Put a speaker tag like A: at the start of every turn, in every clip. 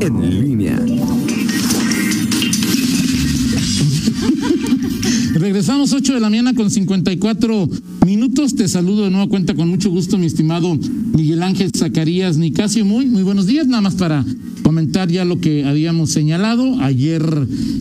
A: en línea.
B: Regresamos 8 de la mañana con 54 minutos. Te saludo de nuevo cuenta con mucho gusto, mi estimado Miguel Ángel Zacarías Nicasio. Muy, muy buenos días, nada más para comentar ya lo que habíamos señalado. Ayer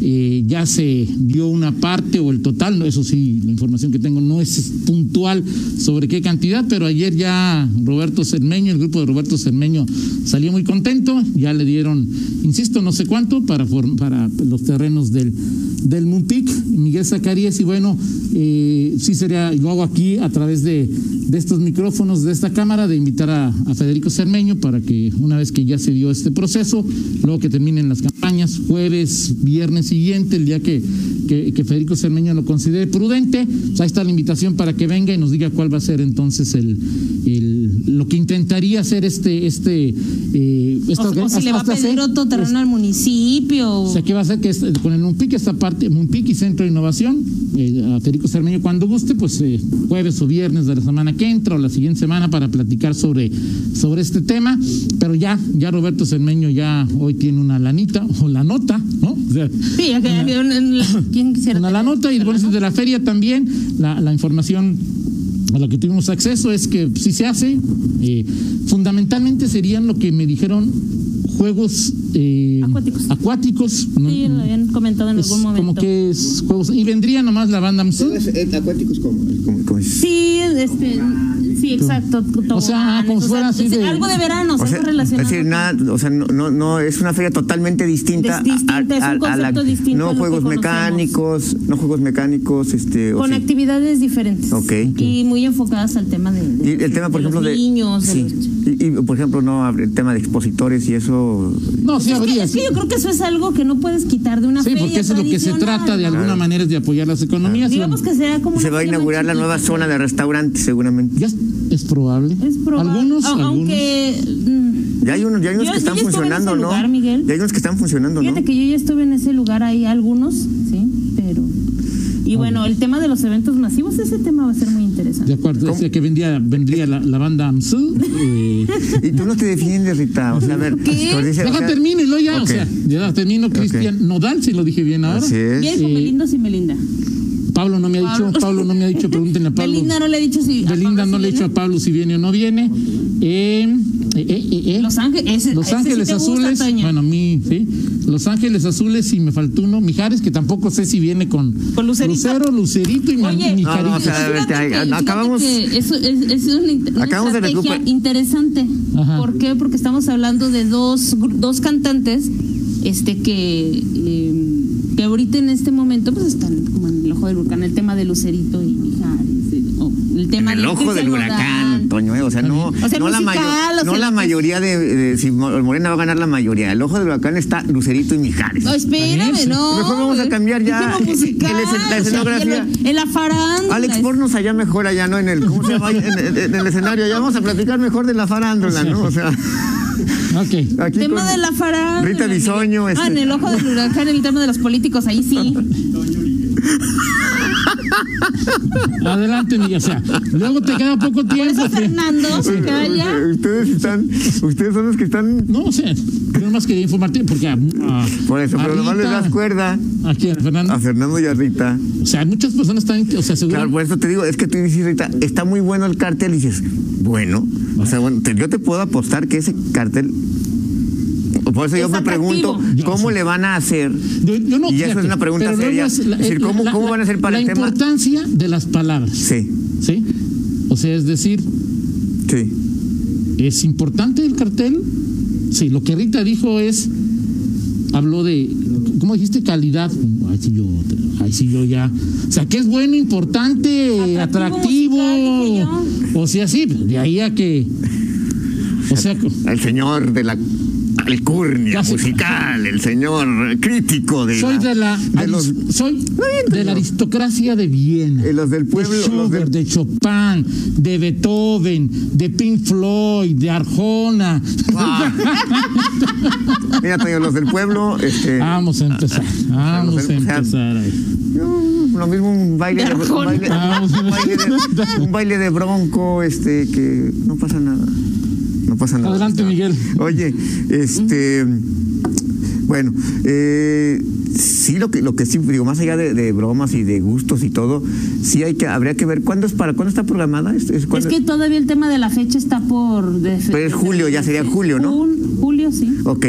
B: eh, ya se dio una parte o el total, no, eso sí, la información que tengo no es puntual sobre qué cantidad, pero ayer ya Roberto Cermeño, el grupo de Roberto Cermeño salió muy contento, ya le dieron, insisto, no sé cuánto para, form- para los terrenos del, del Muntic, Miguel Zacarías, y bueno, eh, sí sería, lo hago aquí a través de, de estos micrófonos de esta cámara, de invitar a, a Federico Cermeño para que una vez que ya se dio este proceso, luego que terminen las campañas, jueves, viernes siguiente, el día que, que, que Federico Cermeño lo considere prudente, pues ahí está la invitación para que venga y nos diga cuál va a ser entonces el, el- lo que intentaría hacer este, este, eh,
C: O,
B: esta
C: o
B: organ-
C: si le va a
B: hasta
C: pedir
B: hacer-
C: otro terreno al municipio.
B: o sea, ¿qué va a hacer? Que es- eh, con el MUNPIC, esta parte, MUNPIC y Centro de Innovación, eh, a Federico Cermeño cuando guste, pues eh, jueves o viernes de la semana que entra o la siguiente semana para platicar sobre, sobre este tema. Pero ya, ya Roberto Cermeño ya hoy tiene una lanita o la nota, ¿no? O sea,
C: sí, ya que- en- en la- ¿quién quisiera
B: una la
C: tener?
B: nota y bueno, desde la feria también la, la información a la que tuvimos acceso es que si se hace, eh, fundamentalmente serían lo que me dijeron juegos eh,
C: Acuáticos.
B: acuáticos, ¿no?
C: Sí, lo habían comentado en
B: Es
C: algún momento.
B: como que es juegos y vendría nomás la banda pues,
D: Todo
B: musical.
D: es eh, acuáticos como, como, como
E: pues,
D: es.
C: Sí, este, sí, exacto.
B: O sea, como
C: toboganes,
B: fuera así
C: es
B: de-
C: Algo de verano,
E: O sea,
C: algo
E: es
C: relacionado.
E: decir, nada, o sea, no, no, no, es una feria totalmente distinta.
C: Es distinta, es un concepto distinto a lo
E: No
C: que
E: juegos
C: conocemos.
E: mecánicos, no juegos mecánicos, este. o
C: Con
E: sí.
C: actividades diferentes.
E: Ok.
C: Y muy enfocadas al tema de, de-
E: y el tema, por
C: de
E: ejemplo,
C: los
E: de.
C: niños. de
E: sí.
C: los-
E: y, y, por ejemplo, no, el tema de expositores y eso.
B: No, sí
C: Es, que,
B: habría.
C: es que
B: Sí,
C: yo creo que eso es algo que no puedes quitar de una
B: Sí,
C: feria
B: porque eso es lo que se
C: tradicional,
B: trata de
C: ¿no?
B: alguna
E: Claro.
B: manera es de apoyar las economías.
C: Digamos que sea como
E: Se
C: una
E: va a
C: feria más
E: inaugurar la
C: chiquita.
E: nueva zona de restaurantes, seguramente.
B: Ya es, es probable.
C: Es probable.
B: Algunos,
C: A-
B: algunos.
C: Aunque mm,
E: Ya hay unos, ya hay unos
C: Yo-
E: que
C: yo
E: están
C: ya estuve en
E: funcionando,
C: ese
E: ¿no?
C: lugar, Miguel.
E: Ya hay unos que están funcionando, ¿no?
C: fíjate que yo ya estuve en ese lugar ahí algunos, sí, pero y bueno, el tema de los eventos masivos, ese tema va a ser muy
B: De
C: interesante.
B: acuerdo,
E: ¿Cómo?
B: o sea, que vendría, vendría la, la banda AMSU. eh,
E: Y tú no te defiendes, Rita. O sea, a ver.
C: ¿Qué?
E: nos dice- o
B: deja
E: sea-
B: termine, lo ya, o
E: Ok.
B: sea, ya termino, Cristian Nodal, si lo dije bien ahora.
E: Así es.
C: Ya dijo
B: Sí.
C: Melindo y Melinda.
B: Pablo no me ha dicho,
C: Pablo.
B: Pablo no me ha dicho, pregúntenle a Pablo.
C: Belinda no le he dicho si. a
B: Belinda
C: Pablo si
B: no le he
C: viene.
B: dicho a Pablo si viene o no viene. Eh, eh, eh, eh, eh.
C: Los Ángeles, ese-
B: Los
C: ese sí
B: Ángeles
C: te gusta,
B: Azules.
C: Toño.
B: bueno, a mí, sí. Los Ángeles Azules y me faltó uno. Mijares, que tampoco sé si viene con,
C: Con Lucerito.
B: Lucero, Lucerito y Ma-
C: Oye,
E: No,
B: Mijares.
E: no, o sea, a ver, te-
C: Fíjate que-
E: a- acabamos.
C: fíjate que Eso es, es una, int- una
E: Acabamos de
C: estrategia
E: recuperar-
C: interesante.
B: Ajá.
C: ¿Por qué? Porque estamos hablando de dos, gru- dos cantantes este que, eh, que ahorita en este momento pues están como en el ojo del huracán. El tema de Lucerito y Mijares. eh, o el
E: En
C: tema
E: el
C: de
E: ojo del
C: Cristian Nodal.
E: huracán, Toño, eh, o sea, no,
C: O sea,
E: no, la,
C: musical,
E: mayo-
C: o sea,
E: no la
C: lo que-
E: mayoría de, de- si Mo- Morena va a ganar la mayoría. El ojo del huracán está Lucerito y Mijares.
C: No, espérame,
B: También,
C: no.
E: Mejor vamos a
C: güey.
E: cambiar ya
C: Dijimos musical,
E: el escen- la
C: o sea,
E: escenografía.
C: En, la farándula.
E: Alex, pornos allá mejor allá, ¿no? En el, ¿cómo se llama? En, en- en el escenario, allá vamos a platicar mejor de la farándula, ¿no? O sea,
B: Ok.
E: aquí
C: tema
E: con-
C: de la farándula.
E: Rita Bisoño,
C: Ah,
E: este-
C: en el ojo del huracán, el tema de los políticos, ahí sí.
B: Adelante, Miguel. O sea, luego te queda poco
C: Por
B: tiempo.
C: eso Fernando se calla.
E: Eh, Ustedes están, ustedes son los que están,
B: No, o sea, yo nomás quería informarte porque a, a-
E: por eso,
B: a
E: pero nomás les
B: Rita-
E: das cuerda
B: ¿A quién, Fernando?
E: a Fernando y a Rita.
B: O sea, muchas personas están, o sea, seguro.
E: Claro, por eso te digo, es que tú dices, Rita, está muy bueno el cartel y dices, bueno, o sea, bueno, te- yo te puedo apostar que ese cartel, por eso yo
C: Es
E: me
C: atractivo.
E: pregunto, ¿cómo le van a hacer?
B: Yo, yo no,
E: Y eso es
B: fíjate,
E: una pregunta
B: pero luego
E: seria.
B: es la- eh,
E: Es decir, ¿cómo-
B: la-
E: cómo
B: la-
E: van a hacer para
B: La
E: el tema?
B: importancia de las palabras,
E: Sí,
B: ¿sí? O sea, es decir,
E: sí.
B: ¿Es importante el cartel? Sí, lo que Rita dijo es, habló de, ¿cómo dijiste? Calidad. Ahí sí yo, ahí sí yo ya. O sea, que es bueno, importante,
C: Atractivo
B: atractivo.
C: musical, dije
B: o sea, sí, de ahí a que... O sea,
E: el señor de la alcurnia
B: Clásica.
E: musical, el señor crítico de,
B: soy
E: la-
B: de la,
E: de los
B: aris- soy de
E: señor.
B: la aristocracia de Viena.
E: Eh, los del pueblo,
B: De
E: los
B: Schubert,
E: del-
B: de Chopin, de Beethoven, de Pink Floyd, de Arjona.
E: Ah. Mira, Toño, los del pueblo, este,
B: Vamos a empezar. Vamos a
E: Vamos a empezar.
B: empezar. ahí.
E: Mm, lo mismo un baile de, un baile,
B: Vamos.
E: un baile de- un baile de bronco, este, que no pasa nada. No pasa nada.
B: Adelante, Miguel.
E: Oye, este, bueno, eh, sí lo que lo que sí digo más allá de, de bromas y de gustos y todo, sí hay que habría que ver cuándo es para cuándo está programada. Es, es
C: Es
E: cuándo-
C: que todavía el tema de la fecha está por. de-
E: Pero Pues es julio, ya sería julio, ¿no?
C: Jul- julio, sí.
E: Ok,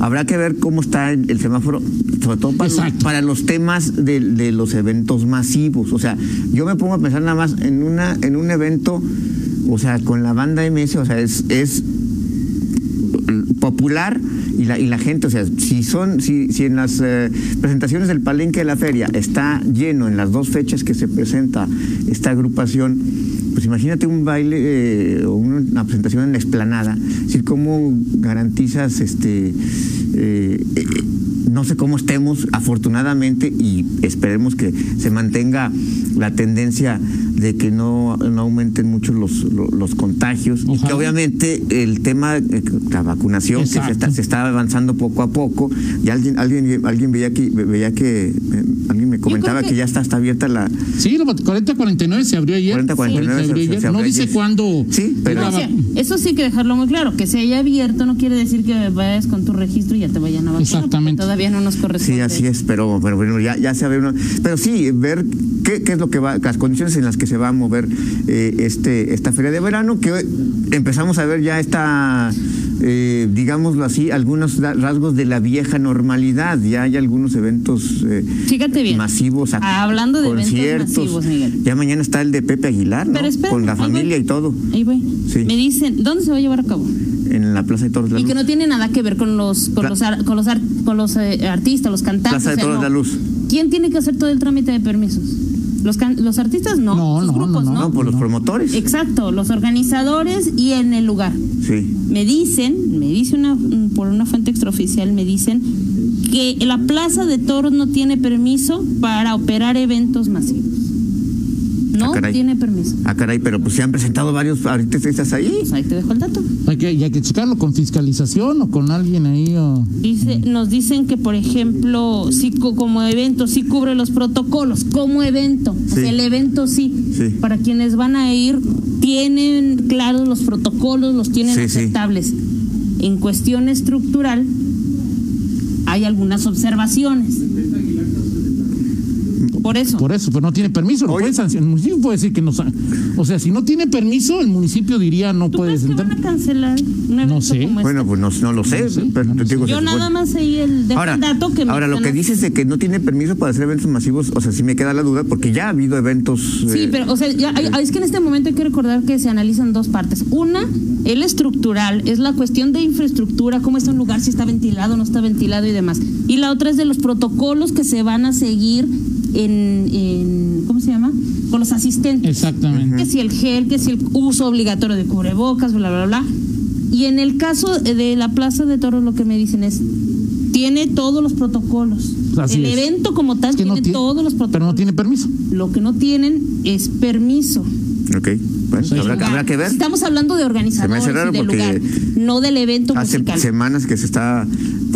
E: habrá que ver cómo está el, el semáforo, sobre todo para,
B: Exacto.
E: para los temas de, de los eventos masivos. O sea, yo me pongo a pensar nada más en una en un evento, o sea, con la banda MS, o sea, es, es popular y la, y la gente, o sea, si son, si, si en las eh, presentaciones del palenque de la feria está lleno en las dos fechas que se presenta esta agrupación, pues imagínate un baile eh, o una, una presentación en la explanada, es decir, cómo garantizas este eh, eh, no sé cómo estemos, afortunadamente, y esperemos que se mantenga la tendencia de que no, no aumenten mucho los, los, los contagios. Y que
B: Ojalá.
E: obviamente Obviamente, el tema, eh, la vacunación que se
B: Exacto.
E: está, se está avanzando poco a poco. Y alguien, alguien, alguien veía que, veía que eh, alguien me comentaba
C: creo
E: que,
C: que-
E: ya está, está abierta la.
B: Sí, 40-49 se abrió ayer.
E: 40-49
B: se
E: se-
B: abrió
E: se-
B: ayer.
E: se
B: No
E: abrió
B: dice
E: ayer.
B: cuándo.
E: Sí, pero-
B: es la
C: O sea,
B: vac-
C: eso sí hay que dejarlo muy claro, que se haya abierto no quiere decir que vayas con tu registro y ya te vayan a vacunar.
B: Exactamente.
C: porque Todavía no nos corresponde.
E: Sí, así es, pero, pero bueno, ya, ya se abrió una- Pero sí, ver qué, qué es lo que va, las condiciones en las que se va a mover eh, este, esta feria de verano, que hoy empezamos a ver ya esta, eh, digámoslo así, algunos da- rasgos de la vieja normalidad. Ya hay algunos eventos eh,
C: Fíjate bien.
E: masivos, ac-
C: Hablando de eventos
E: conciertos.
C: masivos, Miguel.
E: Ya mañana está el de Pepe Aguilar, ¿no?
C: Pero espérame,
E: con la
C: ahí voy.
E: familia y todo,
C: Ahí voy.
E: Sí.
C: Me dicen, ¿dónde se va a llevar a cabo?
E: en la Plaza de Toros de la
C: Y que
E: Luz.
C: no tiene nada que ver con los con
E: Pla-
C: los ar- con los, ar- con los eh, artistas, los cantantes.
E: Plaza de Toros
C: no.
E: La Luz.
C: ¿Quién tiene que hacer todo el trámite de permisos? Los can- los artistas no,
B: No,
C: sus
B: no,
C: grupos
B: no,
C: no,
E: No, por los promotores.
C: Exacto, los organizadores y en el lugar.
E: Sí.
C: Me dicen, me dice una por una fuente extraoficial me dicen que la Plaza de Toros no tiene permiso para operar eventos masivos. No
E: Ah, caray.
C: tiene permiso.
E: Ah, caray, pero pues se han presentado varios artistas ahí.
C: Pues ahí te dejo el dato.
B: Hay que, y hay que checarlo con fiscalización o con alguien ahí. o-
C: Dice, nos dicen que, por ejemplo, sí, cu- como evento sí cubre los protocolos, como evento. O
E: Sí.
C: sea, el evento sí.
E: Sí.
C: Para quienes van a ir, tienen claros los protocolos, los tienen
E: Sí, sí.
C: aceptables. En cuestión estructural, hay algunas observaciones. Por eso.
B: Por eso, pero no tiene permiso. Lo
E: Oye.
B: puede sancionar. El municipio puede decir que no. sa- O sea, si no tiene permiso, el municipio diría no
C: ¿Tú crees
B: puedes
C: que
B: entrar.
C: van a cancelar un evento
B: sé.
C: como este?
E: Bueno, pues no, no lo sé,
B: No sé,
E: pero
B: no
E: te
B: sé.
E: digo,
C: Yo
E: se supone-
C: nada más ahí el, dejo
E: Ahora,
C: el dato que me
E: ahora lo
C: están
E: que dices de que no tiene permiso para hacer eventos masivos, o sea, sí me queda la duda porque ya ha habido eventos.
C: Sí,
E: eh,
C: pero, o sea, ya hay- es que en este momento hay que recordar que se analizan dos partes. Una, el estructural, es la cuestión de infraestructura, cómo está un lugar, si está ventilado, no está ventilado y demás. Y la otra es de los protocolos que se van a seguir en, en- ¿cómo se llama? Con los asistentes.
B: Exactamente.
C: Que si el gel, que si el uso obligatorio de cubrebocas, bla, bla, bla. Y en el caso de la Plaza de Toros, lo que me dicen es, tiene todos los protocolos.
B: Así
C: el
B: es.
C: evento como tal
B: Es que no
C: tiene, todos los protocolos.
B: Pero no tiene permiso.
C: Lo que no tienen es permiso.
E: Ok, bueno,
B: Sí.
E: habrá, habrá que ver.
C: Estamos hablando de organizadores
E: Se me hace raro
C: y del
E: porque
C: lugar, no del evento
E: Hace
C: musical.
E: semanas que se está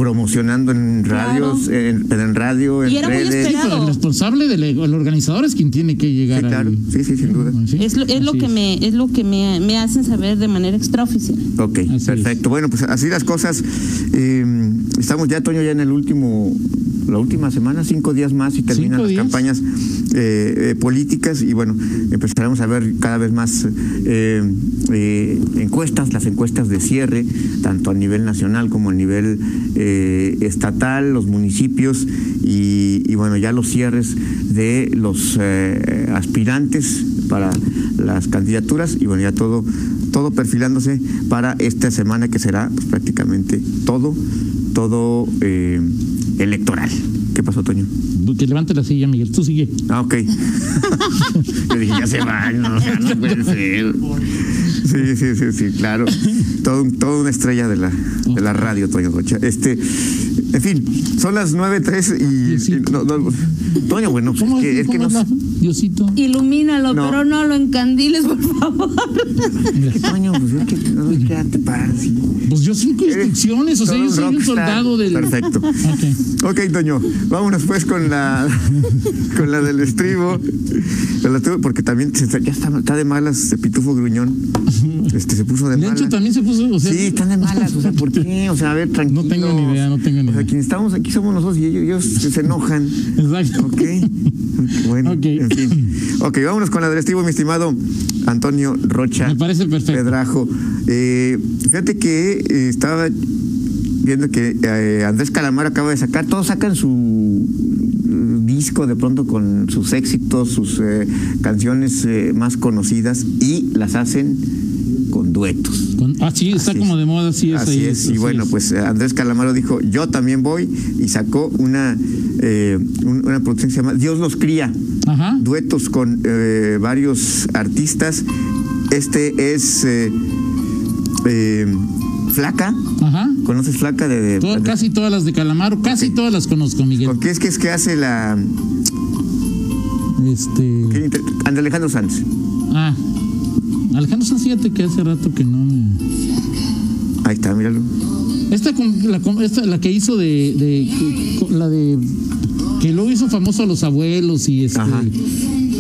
E: promocionando en
C: Claro.
E: radios, en, pero en radio, en
C: Y era muy
E: redes.
B: Sí,
C: Claro.
B: pero el responsable del el organizador es quien tiene que
E: Sí,
B: llegar
E: claro,
B: ahí.
E: sí, sí, sin duda.
C: es lo, es lo
B: Así
C: que
B: es.
C: me es lo que me, me hacen saber de manera extraoficial.
E: Ok,
B: es.
E: perfecto. Bueno, pues así las cosas. Eh, estamos ya, Toño, ya en el último, la última semana, cinco días más y terminan
B: Cinco
E: las
B: días.
E: campañas eh, eh, políticas y bueno, empezaremos a ver cada vez más eh, eh, encuestas, las encuestas de cierre, tanto a nivel nacional como a nivel eh, estatal, los municipios y, y, bueno, ya los cierres de los eh, aspirantes para las candidaturas y bueno, ya todo, todo perfilándose para esta semana que será pues, prácticamente todo, todo eh, electoral. ¿Qué pasó, Toño?
B: Que levante la silla, Miguel. Tú sigue.
E: Ah, ok. Yo dije, ya se van, no, o sea, no puede ser. Sí, sí, sí, sí, claro. Todo, un- toda una estrella de la, de la radio, Toño Rocha. Este, en fin, son las 9.03 y. y no, no, Toño, bueno, pues,
B: ¿Cómo
E: es que,
B: es,
E: es que
B: cómo
E: no
B: es la- Diosito?
C: Ilumínalo,
E: No.
C: pero no lo encandiles, por favor.
E: sé, Toño, pues es que no, quédate para. sí.
B: Pues yo cinco
E: Eres
B: instrucciones, o sea,
E: todo
B: yo soy un
E: rockstar.
B: soldado del.
E: Perfecto.
B: Ok.
E: Ok, Toño, vámonos pues con la con la del estribo. Con la tu- Porque también se está- ya está, está de malas Pitufo Gruñón. Este se puso de
B: De hecho,
E: malas.
B: también se puso. O sea,
E: Sí, están de malas, o sea, ¿por qué? O sea, a ver, tranquilo.
B: tengo ni idea, no tengo ni
E: O sea,
B: idea.
E: quienes estamos aquí somos nosotros y ellos, ellos se enojan.
B: Exacto.
E: Ok. Bueno,
B: Ok.
E: en fin. Ok, vámonos con la del estribo, mi estimado Antonio Rocha.
B: Me parece perfecto.
E: Pedrajo. Eh, fíjate que eh, estaba viendo que eh, Andrés Calamar acaba de sacar, todos sacan su eh, disco de pronto con sus éxitos, sus eh, canciones eh, más conocidas y las hacen con duetos.
B: Con- ah, sí, está
E: Así
B: como
E: es.
B: de moda, así es.
E: Así
B: ahí
E: es. Y
B: así
E: bueno,
B: es.
E: pues eh, Andrés Calamaro dijo, yo también voy y sacó una, eh, un- una producción que se llama Dios los cría.
B: Ajá.
E: Duetos con eh, varios artistas. Este es eh, eh, Flaca.
B: Ajá.
E: ¿Conoces Flaca? De, de-
B: Toda-
E: de-
B: casi todas las de Calamaro, casi
E: Ok.
B: todas las conozco, Miguel.
E: ¿Con qué es que es que hace la...
B: Este.
E: ¿quién inter- Andrés Alejandro Sanz.
B: Ah. Alejandro Sanz, fíjate que hace rato que no me.
E: Ahí está, míralo.
B: Esta, con- la, con- esta, la que hizo de. de- con- la de. Que luego hizo famoso a los abuelos y este.
E: Ajá.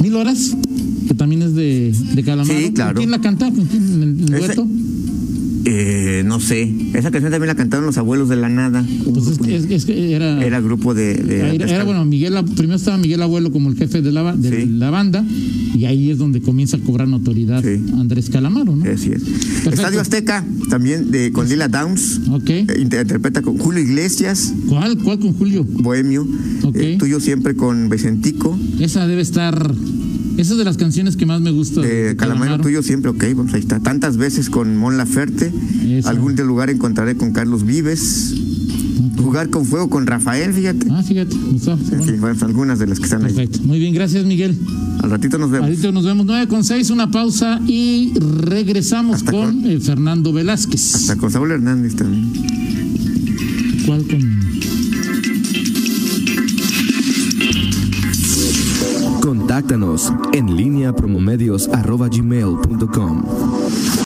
B: Mil horas, que también es de, de Calamaro.
E: Sí, claro.
B: ¿Con ¿Quién la canta? ¿Con quién? ¿El, el
E: Ese-
B: dueto?
E: Eh, no sé. Esa canción también la cantaron los abuelos de la nada. Un
B: Pues es,
E: grupo-
B: que- es- es que era.
E: Era grupo de... de
B: Ahí Era,
E: Andrés
B: era,
E: Calamaro.
B: bueno, Miguel, Ab- primero estaba Miguel Abuelo como el jefe de la, ba- de
E: Sí.
B: la banda, y ahí es donde comienza a cobrar notoriedad
E: Sí.
B: Andrés Calamaro, ¿no?
E: Así es.
B: Perfecto.
E: Estadio Azteca, también de, con Lila Downs.
B: Ok.
E: Eh, inter- interpreta con Julio Iglesias,
B: ¿Cuál, ¿Cuál con Julio?
E: Bohemio.
B: Ok.
E: Eh, tuyo siempre con Vicentico.
B: Esa debe estar. Esa es de las canciones que más me gusta.
E: Eh, Calamaro, tuyo siempre, ok, vamos, ahí está. Tantas veces con Mon Laferte.
B: Eso.
E: Algún de lugar encontraré con Carlos Vives. Jugar con fuego con Rafael, fíjate.
B: Ah, fíjate, me gustó, está
E: En
B: bueno.
E: fin, bueno, algunas de las que están ahí.
B: Perfecto. Muy bien, gracias, Miguel.
E: Al ratito nos vemos.
B: Ahorita nos vemos 9 con 6, una pausa y regresamos
E: Hasta
B: con, eh, Fernando Velázquez.
E: Hasta con Saúl Hernández también.
B: ¿Cuál con.?
A: Contáctanos en línea promomedios.com.